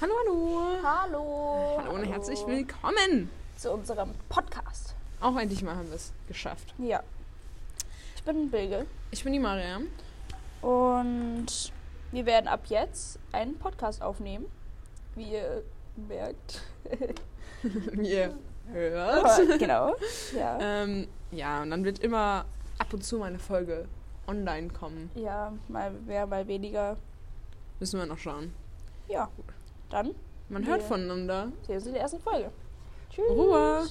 Hallo, hallo. Hallo. Hallo und herzlich willkommen. zu unserem Podcast. Auch endlich mal haben wir es geschafft. Ja. Ich bin Bilge Ich bin die Mariam. und wir werden ab jetzt einen Podcast aufnehmen. Wie ihr merkt. Ihr hört. Aber, genau. Ja. ähm, ja, und dann wird immer ab und zu mal eine Folge online kommen. ja, mal mehr, mal weniger. Müssen wir noch schauen. Ja. Dann Man hört Ja. voneinander. sehen wir uns in der ersten Folge. Tschüss. Ruhe.